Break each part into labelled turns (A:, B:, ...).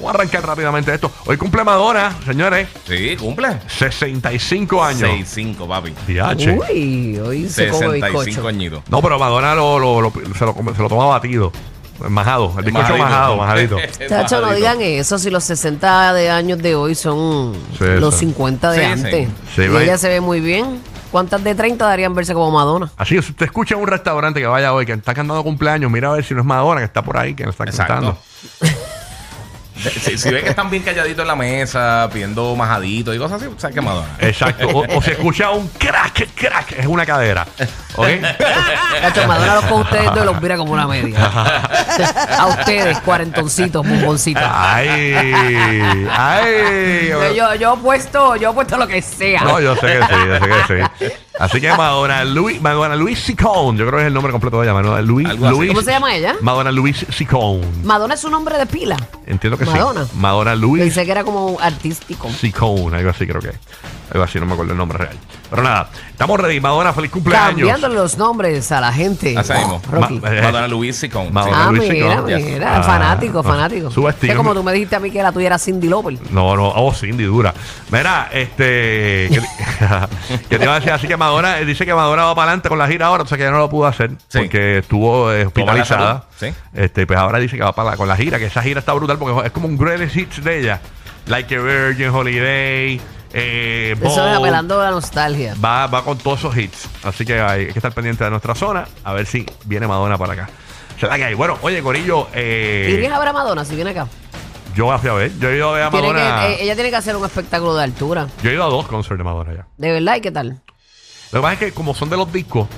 A: Vamos a arrancar rápidamente esto. Hoy cumple Madonna, señores.
B: Sí, cumple.
A: 65 años.
B: 6-5, papi.
A: Diache.
C: Uy, hoy se come
B: 65
C: bizcocho.
B: añitos.
A: No, pero Madonna lo, lo- lo- se, lo, come- se lo toma batido. Majado. El bizcocho majado, majadito.
C: Chacho, no digan eso si los 60 de años de hoy son
A: Sí,
C: los
A: sí.
C: 50 de
B: Sí, sí.
C: antes.
A: Sí,
C: y
A: va-
C: ella se ve muy bien. ¿Cuántas de 30 darían verse como Madonna?
A: Así que si usted escucha en un restaurante que vaya hoy, que está cantando cumpleaños, mira a ver si no es Madonna que está por ahí, que le está
B: Exacto.
A: cantando.
B: si, si ven que están bien calladitos en la mesa, pidiendo majadito y cosas así, ¿sabes qué Madonna?
A: Exacto. O, o se escucha un crack, crack. Es una cadera. ¿Ok?
C: Chacho, Madonna los con ustedes dos y los mira como una media. A ustedes, cuarentoncitos, bomboncitos.
A: Ah, ay, ay.
C: Yo, yo, yo he puesto, yo he puesto lo que sea.
A: No, yo sé que sí, yo sé que sí. Así que Madonna Luis, Madonna Luis Sicone, yo creo que es el nombre completo de ella, Madonna Luis,
B: Algo así.
A: Luis-
C: ¿Cómo se llama ella?
A: Madonna Luis Sicone.
C: Madonna es un nombre de pila.
A: Entiendo que
C: Madonna.
A: sí. Madonna Luis
C: Pensé que era como artístico.
A: Sicone, algo así creo que. es. Algo así, no me acuerdo el nombre real. Pero nada, estamos ready. Madonna, feliz cumpleaños.
C: Cambiándole los nombres a la gente.
B: Así mismo.
C: Rocky.
A: Ma- eh,
B: Madonna Luis y con.
A: Madonna.
C: Ah,
A: Luis
C: mira,
A: Sicón.
C: mira,
A: Ah,
C: fanático,
A: ah,
C: fanático.
A: subestima-
C: Es como tú me dijiste a mí que la tuya era Cindy Lauper.
A: No, no, oh, Cindy, dura. Mira, este. Que, que te iba a decir, así que Madonna, eh, dice que Madonna va para adelante con la gira ahora, o sea que ya no lo pudo hacer
B: Sí.
A: porque estuvo eh,
B: Toma la salud,
A: hospitalizada.
B: sí.
A: Este, pues ahora dice que va para la- con la gira, que esa gira está brutal porque es como un greatest hits de ella. Like a Virgin, Holiday, eh,
C: Eso es
A: Bold.
C: apelando a la nostalgia.
A: Va, va con todos esos hits. Así que hay que estar pendiente de nuestra zona, a ver si viene Madonna para acá. Se la que hay. Bueno, oye, Corillo, eh,
C: ¿Irías a ver a Madonna si viene acá?
A: yo la fui a ver. Yo he ido a ver a
C: Tiene que-
A: Madonna.
C: eh, ella tiene que hacer un espectáculo de altura.
A: Yo he ido a dos concerts de Madonna ya.
C: ¿De verdad? ¿Y qué tal?
A: Lo que pasa es que como son de los discos,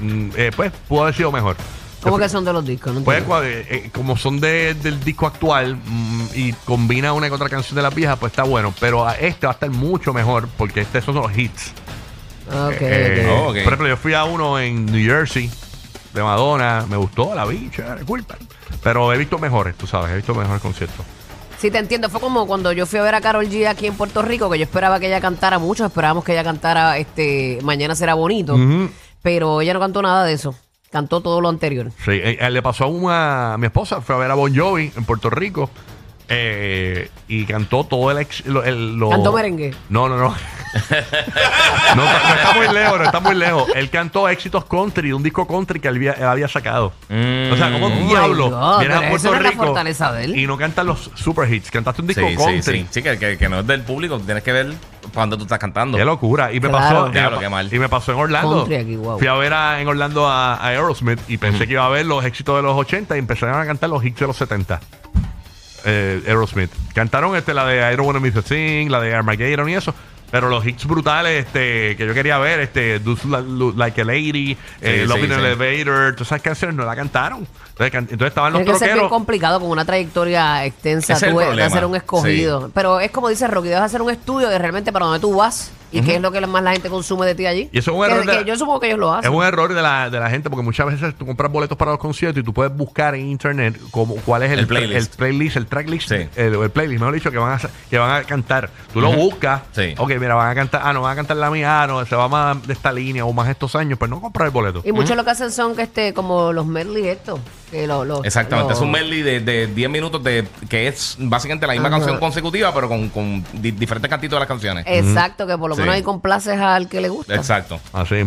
A: mm, eh, pues pudo haber sido mejor.
C: ¿Cómo que son de los discos? No
A: Pues
C: entiendo.
A: cua- eh, eh, como son de- del disco actual mm, y combina una con otra canción de las viejas, pues está bueno. Pero a este va a estar mucho mejor porque este son los hits.
C: Ah, ok,
A: Eh,
C: ok.
B: Oh, ok.
A: Por ejemplo, yo fui a uno en New Jersey de Madonna, me gustó, la vi, chévere, culpa. Pero he visto mejores, tú sabes, he visto mejores conciertos.
C: Sí, te entiendo. Fue como cuando yo fui a ver a Carol G aquí en Puerto Rico, que yo esperaba que ella cantara mucho. Esperábamos que ella cantara este Mañana será bonito.
A: Ujú.
C: Pero ella no cantó nada de eso. Cantó todo lo anterior.
A: Sí, eh, eh, le pasó a una, mi esposa, fue a ver a Bon Jovi en Puerto Rico eh, y cantó todo el... ex- lo- el- lo-
C: ¿Cantó merengue?
A: No, no, no. no, no está muy lejos, no está muy lejos. Él cantó éxitos country, un disco country que él había, él había sacado.
B: Mm.
A: O sea, como
B: Oh
A: un
B: my
A: diablo.
C: God,
A: vienes a
C: pero
A: Puerto
C: esa no es la
A: Rico
C: fortaleza de él.
A: y no cantan los super hits, cantaste un
B: Sí,
A: disco
B: sí,
A: country.
B: sí. Sí, que, que, que no es del público, tienes que ver cuando tú estás cantando.
A: Qué locura. Y me,
C: Claro.
A: pasó, y me
B: Diablo,
A: pa-
B: qué mal.
A: y me pasó en Orlando.
C: Country aquí, guau.
A: Fui a ver a- en Orlando a, a Aerosmith y pensé que iba a ver los éxitos de los 80 y empezaron a cantar los hits de los 70. Eh, Aerosmith. Cantaron este, la de I Don't Wanna Miss a Thing, la de Armageddon y eso. Pero los hits brutales este, que yo quería ver, este, Do You Lo- Like a Lady, eh,
B: sí,
A: Love in
B: sí.
A: an Elevator, todas esas canciones no la cantaron. Entonces, can- entonces estaban los
C: Tiene que ser bien
A: troqueros.
C: complicado con una trayectoria extensa
B: Ese es el
C: tú de- de
B: problema.
C: hacer un escogido.
B: Sí.
C: Pero es como dice Rocky, debes hacer un estudio de realmente para dónde tú vas y qué es lo que más la gente consume de ti allí.
A: Y eso es un
C: Que-
A: error de-
C: que yo supongo que ellos lo
A: Es
C: hacen.
A: un error de la, de la gente porque muchas veces tú compras boletos para los conciertos y tú puedes buscar en internet como, cuál es el,
B: El
A: tra-
B: playlist.
A: el playlist, el tracklist,
B: Sí.
A: el, el playlist, mejor dicho, que van a, sa- que van a cantar. Tú lo buscas,
B: Sí.
A: ok, mira, van a cantar, ah, no, van a cantar la mía, ah, no, se va más de esta línea o más estos años, pues no comprar el boleto.
C: Y muchos lo que hacen son que este, como los medley estos. que lo- lo-
B: Exactamente,
C: lo-
B: es un medley de de 10 minutos de, que es básicamente la misma
C: Ajá. Eh.
B: canción consecutiva, pero con, con di- diferentes cantitos de las canciones.
C: Exacto, que por lo
B: Sí.
C: menos ahí complaces al que le gusta.
B: Exacto.
A: Así mismo.